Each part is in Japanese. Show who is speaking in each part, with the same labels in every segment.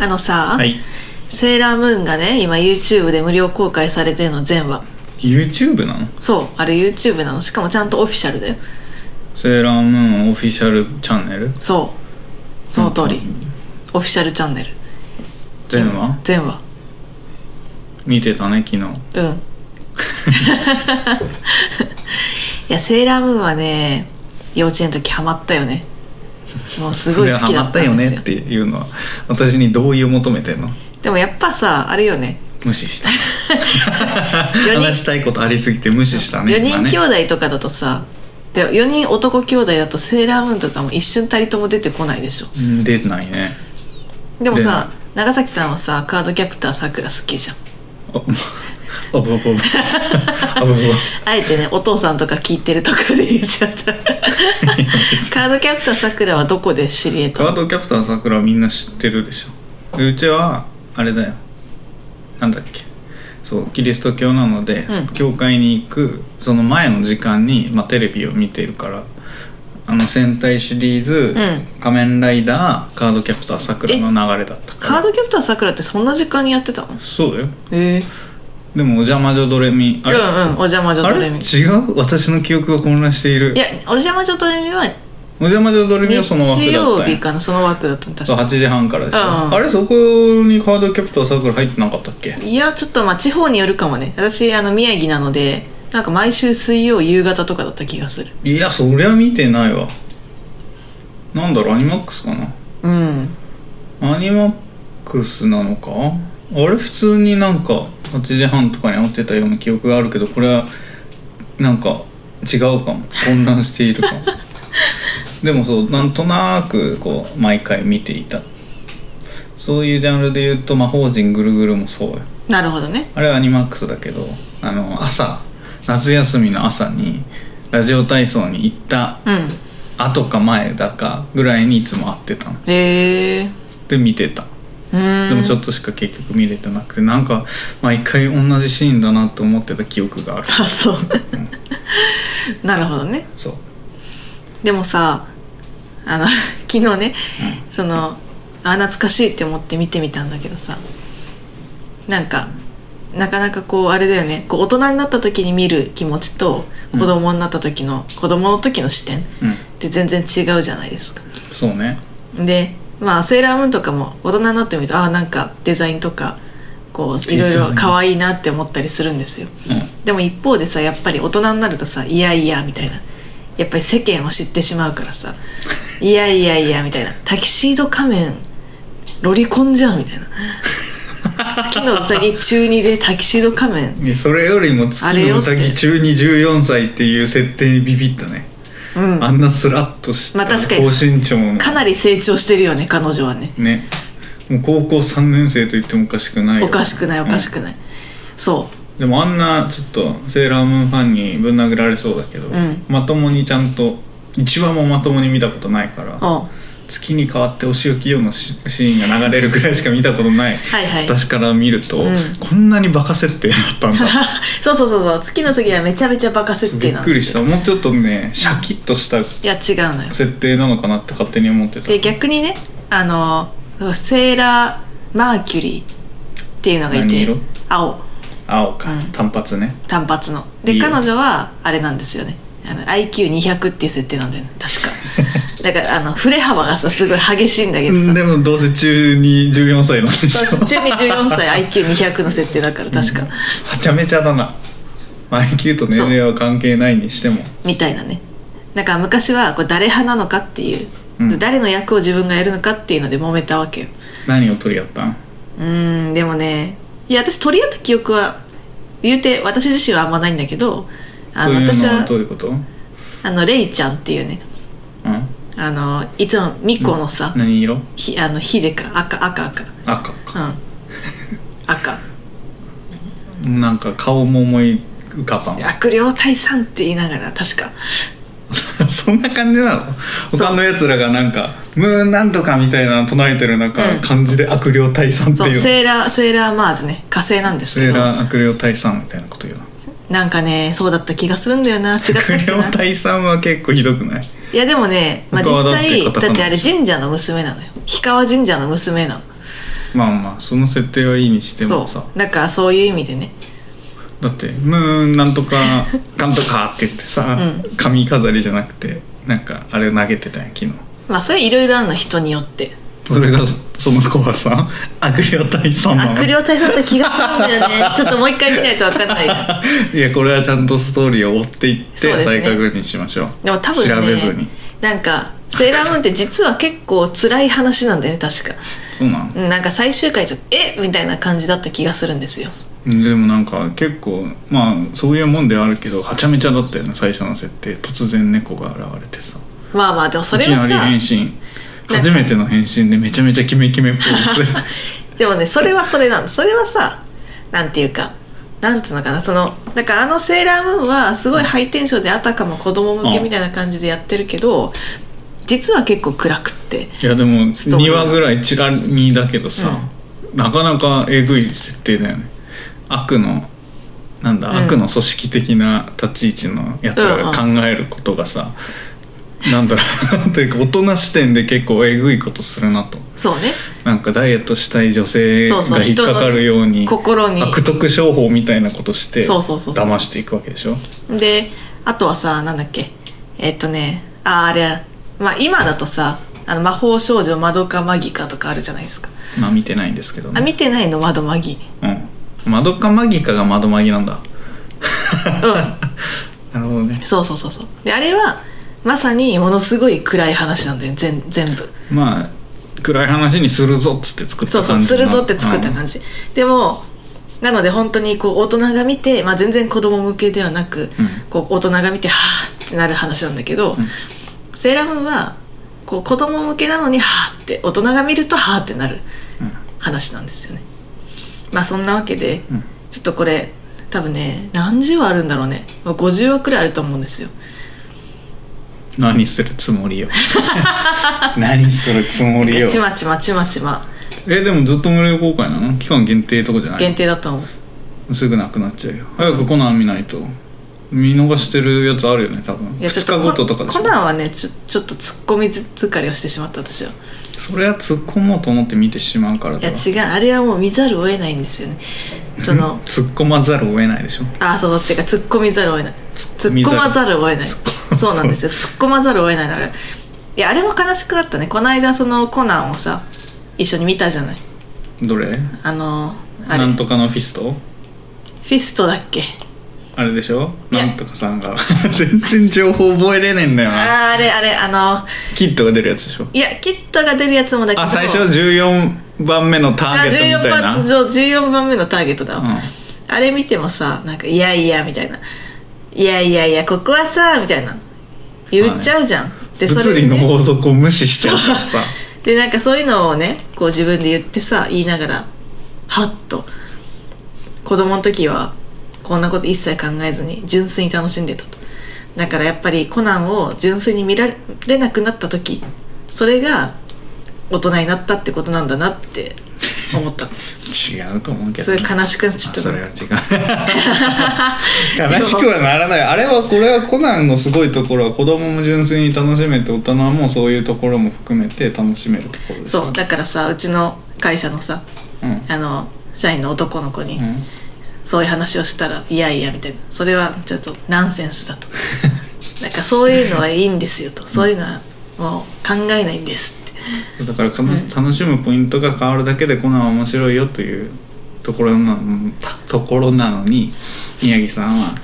Speaker 1: あのさ、
Speaker 2: はい。
Speaker 1: セーラームーンがね今 YouTube で無料公開されてるの全話
Speaker 2: YouTube なの
Speaker 1: そうあれ YouTube なのしかもちゃんとオフィシャルだよ
Speaker 2: セーラームーンオフィシャルチャンネル
Speaker 1: そうその通り、
Speaker 2: うん
Speaker 1: オフィシャルチャンネル
Speaker 2: 全話
Speaker 1: 全話
Speaker 2: 見てたね、昨日。
Speaker 1: うん いやセーラームーンはね幼稚園の時ハマったよねもうすごい好きだった
Speaker 2: それはハマよ
Speaker 1: んで
Speaker 2: ね
Speaker 1: すよ
Speaker 2: っていうのは、私に同意を求めてんの
Speaker 1: でもやっぱさあれよね
Speaker 2: 無視 した。
Speaker 1: 人
Speaker 2: 話したいことありすぎて無視したね。
Speaker 1: 4人
Speaker 2: 今ね
Speaker 1: 兄弟とかだとさで4人男兄弟だとセーラームーンとかも一瞬たりとも出てこないでしょ
Speaker 2: うん出てないね。
Speaker 1: でも
Speaker 2: 出
Speaker 1: さ
Speaker 2: な
Speaker 1: 長崎さんはさカードキャプターさくら好きじゃん
Speaker 2: あ、あ ぶあぶあぶ。あぶあぶ。い
Speaker 1: あえてねお父さんとか聞いてるとかで言っちゃった
Speaker 2: や別に
Speaker 1: カードキャプターさくらはどこで知り得
Speaker 2: カ
Speaker 1: た
Speaker 2: ードキャプターさくらみんな知ってるでしょ。でうちは、あれだよ。なんだっけ。そう、キリスト教なので、
Speaker 1: うん
Speaker 2: 教会に行く、その前の時間に、まあ、テレビを見てるから、あの戦隊シリーズ、
Speaker 1: うん
Speaker 2: 仮面ライダー、カードキャプターさくらの流れだったから。
Speaker 1: カードキャプターさくらってそんな時間にやってたの
Speaker 2: そうだよ。
Speaker 1: ええ
Speaker 2: でも、お邪魔女ドレミ。あ
Speaker 1: うん
Speaker 2: れ、
Speaker 1: うんお邪魔女
Speaker 2: あ
Speaker 1: ド
Speaker 2: れ
Speaker 1: レミ
Speaker 2: 違う私の記憶が混乱している
Speaker 1: い。やお邪魔女ドレミは
Speaker 2: お邪魔女ドレミはその枠だったん
Speaker 1: 日
Speaker 2: や
Speaker 1: 曜日かなその枠だったの確
Speaker 2: そう
Speaker 1: か
Speaker 2: 8時半からでしょ、
Speaker 1: うん
Speaker 2: あれそこにカードキャプターサークル入ってなかったっけ
Speaker 1: いやちょっとまあ地方によるかもね私あの宮城なのでなんか毎週水曜夕方とかだった気がする
Speaker 2: いやそりゃ見てないわなんだろうアニマックスかな
Speaker 1: うん
Speaker 2: アニマックスなのかあれ普通になんか8時半とかに会ってたような記憶があるけどこれはなんか違うかも混乱しているかもでもそうなんとなくこう毎回見ていたそういうジャンルで言うと魔法陣ぐるぐるもそうよ
Speaker 1: なるほどね
Speaker 2: あれはアニマックスだけどあの朝夏休みの朝にラジオ体操に行った
Speaker 1: うん
Speaker 2: 後か前だかぐらいにいつも会ってたの
Speaker 1: へえ
Speaker 2: で見てた
Speaker 1: うーん
Speaker 2: でもちょっとしか結局見れてなくてなんか毎回同じシーンだなと思ってた記憶がある、
Speaker 1: あそう
Speaker 2: うん
Speaker 1: なるほどね
Speaker 2: そう、
Speaker 1: でもさあの 昨日ねそのあ懐かしいって思って見てみたんだけどさなんかなかなかこうあれだよねこう大人になった時に見る気持ちと
Speaker 2: うん
Speaker 1: 子供になった時の、子供の時の視点っ
Speaker 2: うん、うん、
Speaker 1: て全然違うじゃないですか
Speaker 2: そうね
Speaker 1: でまあセーラームーンとかも大人になってみるとああんかデザインとかこういろいろ可愛いなって思ったりするんですよ
Speaker 2: う
Speaker 1: でも一方でさやっぱり大人になるとさいやいやみたいなやっぱり世間を知ってしまうからさいやいやいやみたいなタキシード仮面ロリコンじゃんみたいな月のうさぎ中2でタキシード仮面
Speaker 2: んでそれよりも月
Speaker 1: あれ
Speaker 2: の
Speaker 1: よ
Speaker 2: う
Speaker 1: って
Speaker 2: さぎ中に14歳っていう設定にビビったね、
Speaker 1: うん
Speaker 2: あんなスラッとした
Speaker 1: まあ確か
Speaker 2: 高
Speaker 1: に
Speaker 2: 身長の
Speaker 1: かなり成長してるよね彼女はね
Speaker 2: ねもう高校3年生と言ってもおかしくないよ
Speaker 1: おかしくないおかし
Speaker 2: う
Speaker 1: くない、そ
Speaker 2: んでもあんなちょっとセーラームーンファンにぶん殴られそうだけど、
Speaker 1: うん
Speaker 2: まともにちゃんと一話もまともに見たことないから、
Speaker 1: ううん
Speaker 2: 月に変わってお仕置きよのシシーンが流れるぐらいしか見たことない
Speaker 1: はいはい
Speaker 2: 私から見ると、
Speaker 1: うん
Speaker 2: こんなにバカ設定だったんだ
Speaker 1: そうそうそうそう月の次はめちゃめちゃバカ設
Speaker 2: び
Speaker 1: 定
Speaker 2: っ
Speaker 1: なん
Speaker 2: く
Speaker 1: で
Speaker 2: りし
Speaker 1: す
Speaker 2: た
Speaker 1: よ
Speaker 2: もうちょっとねシャキッとした
Speaker 1: いや違うのよ
Speaker 2: 設定なのかなって勝手に思ってた
Speaker 1: で逆にねあのセーラーマーキュリーっていうのがい
Speaker 2: 何
Speaker 1: て
Speaker 2: 色
Speaker 1: 青
Speaker 2: 青か、
Speaker 1: うん
Speaker 2: 単発ね
Speaker 1: 単発ので
Speaker 2: いいよ
Speaker 1: 彼女はあれなんですよねあの IQ200 っていう設定なんだよね確か だからあの振れ幅がさすごい激しいんだけど
Speaker 2: うん
Speaker 1: さ
Speaker 2: でもどうせ中に14歳なんでしょ
Speaker 1: 途中に14歳 IQ200 の設定だから確
Speaker 2: うん
Speaker 1: か、
Speaker 2: はちゃめちゃだな IQ と年齢は関係ないにしても
Speaker 1: みたいなねだから昔はこう誰派なのかっていう、
Speaker 2: うん
Speaker 1: 誰の役を自分がやるのかっていうので揉めたわけよ
Speaker 2: 何を取り合ったん
Speaker 1: うーんでもねいや私取り合った記憶は言うて私自身はあんまないんだけどあ
Speaker 2: と
Speaker 1: の
Speaker 2: いう
Speaker 1: 私
Speaker 2: のはどう
Speaker 1: は
Speaker 2: いうこと、うん、
Speaker 1: あのレイちゃんっていうねあのいつもミコのさ、
Speaker 2: 何色
Speaker 1: ひあのヒデか赤赤赤
Speaker 2: 赤
Speaker 1: う
Speaker 2: か、
Speaker 1: ん赤
Speaker 2: なんか顔も思い浮かばん
Speaker 1: 悪霊退散って言いながら確か
Speaker 2: そんな感じなの
Speaker 1: う
Speaker 2: 他のやつらがなんか「ムーンなんとか」みたいなの唱えてる中、
Speaker 1: うん
Speaker 2: 漢字で悪霊退散って
Speaker 1: そ
Speaker 2: いううセ
Speaker 1: セーラーセーラーマーズね火星なんですけ
Speaker 2: ー
Speaker 1: ど
Speaker 2: ラー悪霊退散みたいなこと言うの
Speaker 1: なんかねそうだった気がするんだよな違ったっ
Speaker 2: 悪霊
Speaker 1: けな
Speaker 2: 退散は結構ひどくない
Speaker 1: いやでもね、まあ、実
Speaker 2: 本当はだって
Speaker 1: 際
Speaker 2: カタ
Speaker 1: だ
Speaker 2: カナ
Speaker 1: ってあれ神社の娘なのよ氷川神社の娘なの
Speaker 2: まあまあその設定はいいにして
Speaker 1: そ
Speaker 2: もさ
Speaker 1: うだからそういう意味でね
Speaker 2: だって「ムーンなん とかかんとか」って言ってさ、
Speaker 1: うん
Speaker 2: 髪飾りじゃなくてなんかあれ投げてたんや昨日
Speaker 1: まあそれいろいろあるの人によって
Speaker 2: それがそその子はさ悪霊退散なの
Speaker 1: 悪霊対策だった気がするんだよ ねちょっともう一回見ないと分かんないな
Speaker 2: いやこれはちゃんとストーリーを追っていって
Speaker 1: そうですね
Speaker 2: 再確認しましょう
Speaker 1: でも多分ね
Speaker 2: 調べずに
Speaker 1: なんか「セーラームーン」って実は結構辛い話なんだよね確か
Speaker 2: そうなん
Speaker 1: うんなんか最終回ちょっと「えみたいな感じだった気がするんですよ
Speaker 2: でもなんか結構まあそういうもんではあるけどはちゃめちゃだったよね最初の設定突然猫が現れてさ
Speaker 1: まあまあでもそ
Speaker 2: い
Speaker 1: れ
Speaker 2: きな
Speaker 1: は
Speaker 2: り
Speaker 1: さ
Speaker 2: 変身初めての変身でめちゃめちゃキメキメっぽいです
Speaker 1: でもねそれはそれなのそれはさなんていうかなんつうのかなそのだからあの「セーラームーン」はすごいハイテンションであたかも子供向けみたいな感じでやってるけど実は結構暗くって
Speaker 2: いやでも
Speaker 1: ストーリー
Speaker 2: 2話ぐらいチラ見だけどさ、なかなかえぐい設定だよね悪のなんだ、
Speaker 1: うん
Speaker 2: 悪の組織的な立ち位置のやつらが考えることがさ、なんだろう というか大人視点で結構えぐいことするなと
Speaker 1: そうね
Speaker 2: なんかダイエットしたい女性
Speaker 1: そうそう
Speaker 2: が引っかかるように
Speaker 1: 心に
Speaker 2: 悪徳商法みたいなことして
Speaker 1: そうそうそうそう
Speaker 2: 騙していくわけでしょ
Speaker 1: であとはさなんだっけえっとねああれまあ今だとさあの魔法少女マドカマギカとかあるじゃないですか
Speaker 2: まあ見てないんですけど
Speaker 1: あ
Speaker 2: ね
Speaker 1: 見てないの窓マギ
Speaker 2: うんマドカマギカがマドマギなんだ
Speaker 1: う
Speaker 2: なるほどね
Speaker 1: んそうそうそうそうであれはまさにものすごい暗い話なんだよね全全部
Speaker 2: まあ暗い話にするぞっつって作っ
Speaker 1: そ
Speaker 2: た
Speaker 1: うそ
Speaker 2: 感
Speaker 1: う
Speaker 2: じ
Speaker 1: するぞって作った感じ、でもなので本当にこう大人が見て、まあ、全然子供向けではなく
Speaker 2: うん
Speaker 1: こう大人が見てはあってなる話なんだけど、
Speaker 2: うん
Speaker 1: セーラームーンはこう子供向けなのにはあって大人が見るとはあってなる話なんですよねまあそんなわけで
Speaker 2: うんうん
Speaker 1: ちょっとこれ多分ね何十話あるんだろうねもう50話くらいあると思うんですよ
Speaker 2: 何するつ もりよ何するつもりよ
Speaker 1: ちまちまちまちま
Speaker 2: えでもずっと無料公開なの期間限定とかじゃない
Speaker 1: 限定だと思う
Speaker 2: すぐなくなっちゃうよ早くコナン見ないと見逃してるやつあるよね多分
Speaker 1: いやちょっ
Speaker 2: 2
Speaker 1: と
Speaker 2: 日
Speaker 1: こ
Speaker 2: ごととかでし
Speaker 1: コ
Speaker 2: ょ
Speaker 1: ナンはねちょちょっとツッコミ疲れをしてしまった私は
Speaker 2: それは突っ込もうと思って見てしまうから
Speaker 1: い
Speaker 2: だ
Speaker 1: や
Speaker 2: わ
Speaker 1: 違うあれはもう見ざるを得ないんですよねその
Speaker 2: 突っ込まざるを得ないでしょ
Speaker 1: あそうっていうかツッコみざるを得ない
Speaker 2: 突
Speaker 1: 突っ込まざるを得ない
Speaker 2: 突っ込まざる
Speaker 1: そうなんですよ突っ込まざるを得ないのあれいやあれも悲しくなったねこの間そのコナンをさ一緒に見たじゃない
Speaker 2: どれ
Speaker 1: あのあれ
Speaker 2: なん
Speaker 1: フ
Speaker 2: とかのフィスト
Speaker 1: ィストだっけ
Speaker 2: あれでしょ
Speaker 1: いや
Speaker 2: なんとかさんが 全然情報覚えれねえんだよ
Speaker 1: あ
Speaker 2: な
Speaker 1: ーあれあれあの
Speaker 2: キットが出るやつでしょ
Speaker 1: いやキットが出るやつもだけど
Speaker 2: あ最初14番目のターゲットみたいな
Speaker 1: あ14番そう14番目のターゲットだわ、
Speaker 2: う
Speaker 1: あれ見てもさなんか「いやいや」みたいな「いやいやいやここはさ」みたいな言っちゃうじゃん、
Speaker 2: ん、物
Speaker 1: で
Speaker 2: 理の
Speaker 1: ね
Speaker 2: 法則を無視しちゃうからさ
Speaker 1: でなんかそういうのをねこう自分で言ってさ言いながらハッと子供の時はこんなこと一切考えずに純粋に楽しんでたとだからやっぱりコナンを純粋に見られなくなった時それが大人になったってことなんだなって思 った
Speaker 2: 違うと思うけ
Speaker 1: そ
Speaker 2: ど
Speaker 1: れ
Speaker 2: ね、
Speaker 1: 悲しくなっちゃっ
Speaker 2: あそ
Speaker 1: た
Speaker 2: れ
Speaker 1: な
Speaker 2: は違う 悲しくはならないあれはこれはコナンのすごいところは子供も純粋に楽しめて大人もそういうところも含めて楽しめるところです
Speaker 1: そうだからさうちの会社のさ
Speaker 2: うん、うん
Speaker 1: あの社員の男の子にそういう話をしたら「いやいや」みたいなそれはちょっとナンセンスだと なんかそういうのはいいんですよとそういうのはもう考えないんですって
Speaker 2: だからか
Speaker 1: うん
Speaker 2: 楽しむポイントが変わるだけでコナンは面白いよというところなの たところなのに宮城さ んは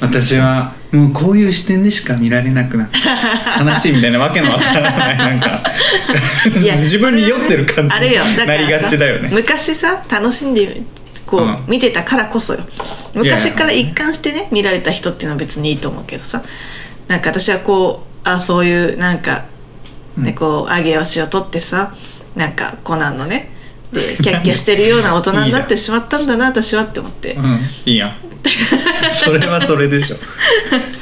Speaker 2: 私はもうこういう視点でしか見られなくなった話みたいなわけのわからないなんか
Speaker 1: いや
Speaker 2: 自分に酔ってる感じ
Speaker 1: あれよだ
Speaker 2: に
Speaker 1: か
Speaker 2: な
Speaker 1: ら
Speaker 2: りがちだよね。
Speaker 1: 昔さ楽しんでこう、
Speaker 2: うん
Speaker 1: 見てたからこそよ
Speaker 2: いやいや
Speaker 1: 昔から一貫してね見られた人っていうのは別にいいと思うけどさなんか私はこうあそういうなんか
Speaker 2: うん
Speaker 1: ね、こう上げ足を取ってさなんかコナンのねでキャッキャしてるような大人になってしまったんだな私はって思って
Speaker 2: うん、い いやんそれはそれでしょ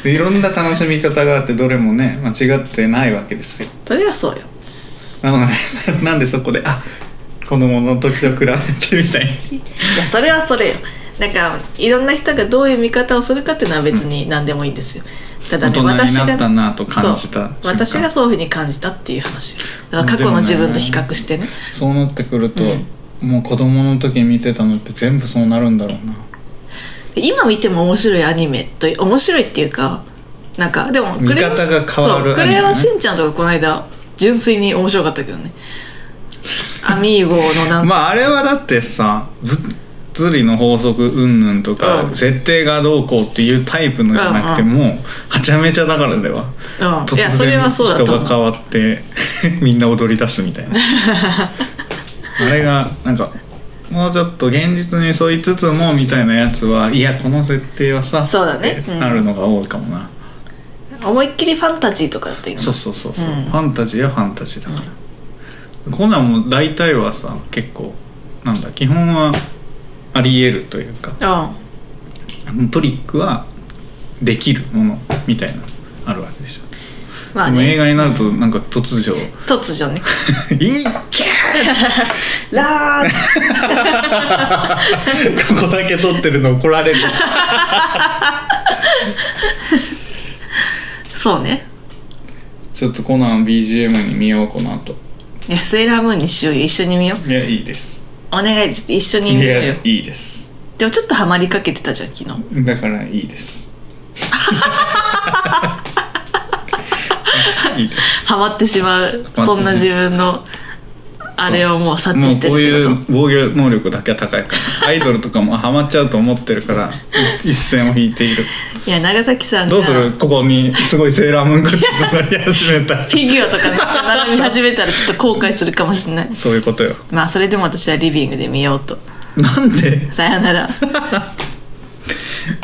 Speaker 2: いろんな楽しみ方があってどれもね間違ってないわけですよ
Speaker 1: それはそうよ
Speaker 2: な のでなんでそこであ子供の時と比べてみたいない
Speaker 1: やそれはそれよなんかいろんな人がどういう見方をするかっていうのは別に何でもいいんですよ、ただ
Speaker 2: 大
Speaker 1: ね私
Speaker 2: 人になった
Speaker 1: が
Speaker 2: なと感じた瞬間
Speaker 1: 私がそういうふうに感じたっていう話よだから過去の自分と比較してね
Speaker 2: そうなってくると、
Speaker 1: うん
Speaker 2: もう子供の時見てたのって全部そうなるんだろうな
Speaker 1: 今見ても面白いアニメと面白いっていうかなんかでも
Speaker 2: 見方が変わ
Speaker 1: そう
Speaker 2: る
Speaker 1: ク
Speaker 2: アニ
Speaker 1: レ
Speaker 2: メね
Speaker 1: ヨンしんちゃんとかこの間純粋に面白かったけどねアミーゴのなんか、
Speaker 2: まああれはだってさ物理の法則云々とか、
Speaker 1: うん
Speaker 2: 設定がどうこうっていうタイプのじゃなくて、
Speaker 1: うんう
Speaker 2: もうはちゃめちゃだからでは
Speaker 1: うん、
Speaker 2: 突
Speaker 1: いやそれ
Speaker 2: 然
Speaker 1: はそうだ
Speaker 2: 人
Speaker 1: と
Speaker 2: が
Speaker 1: 思
Speaker 2: 変
Speaker 1: う
Speaker 2: わって みんな踊り出す みたいなあれがなんかもうちょっと現実に沿いつつもみたいなやつはいやこの設定はさ
Speaker 1: そうだね
Speaker 2: って
Speaker 1: うん
Speaker 2: なるのが多いかもな、
Speaker 1: 思いっきりファンタジーとかだっていいの
Speaker 2: そうそうそうそう、
Speaker 1: うん
Speaker 2: ファンタジーはファンタジーだから、こんなんも大体はさ結構なんだ基本はあり得るというか
Speaker 1: うん
Speaker 2: トリックはできるものみたいなあるわけでしょ、
Speaker 1: まあ
Speaker 2: でも
Speaker 1: ね
Speaker 2: 映画になるとなんか突如 「
Speaker 1: 突如ね
Speaker 2: いっけ
Speaker 1: ラーっ
Speaker 2: ここだけ撮ってるの怒られる
Speaker 1: てそうね
Speaker 2: ちょっとコナン BGM に見ようこの後
Speaker 1: いやセーラームーンにしようよ一緒に見よう
Speaker 2: いやいいです
Speaker 1: お願いちょっと一緒に
Speaker 2: い
Speaker 1: 見よう
Speaker 2: や
Speaker 1: よ
Speaker 2: いいです
Speaker 1: でもちょっとハマりかけてたじゃん昨日
Speaker 2: だからいいです いいです
Speaker 1: ハマってしまう
Speaker 2: まあ
Speaker 1: そんな自分のあれをもう察知
Speaker 2: も
Speaker 1: し
Speaker 2: う
Speaker 1: てる
Speaker 2: こうい
Speaker 1: っ
Speaker 2: う
Speaker 1: てこ
Speaker 2: 防御能力だけは高いからアイドルとかもハマっちゃうと思ってるから一線を引いている
Speaker 1: といや長崎さんが
Speaker 2: どうするここにすごいセーラームーングッズがやり始め た
Speaker 1: フィギュアとか並び始めたらちょっと後悔するかもしれない
Speaker 2: そういうことよ
Speaker 1: まあそれでも私はリビングで見ようと
Speaker 2: なんで
Speaker 1: さよなら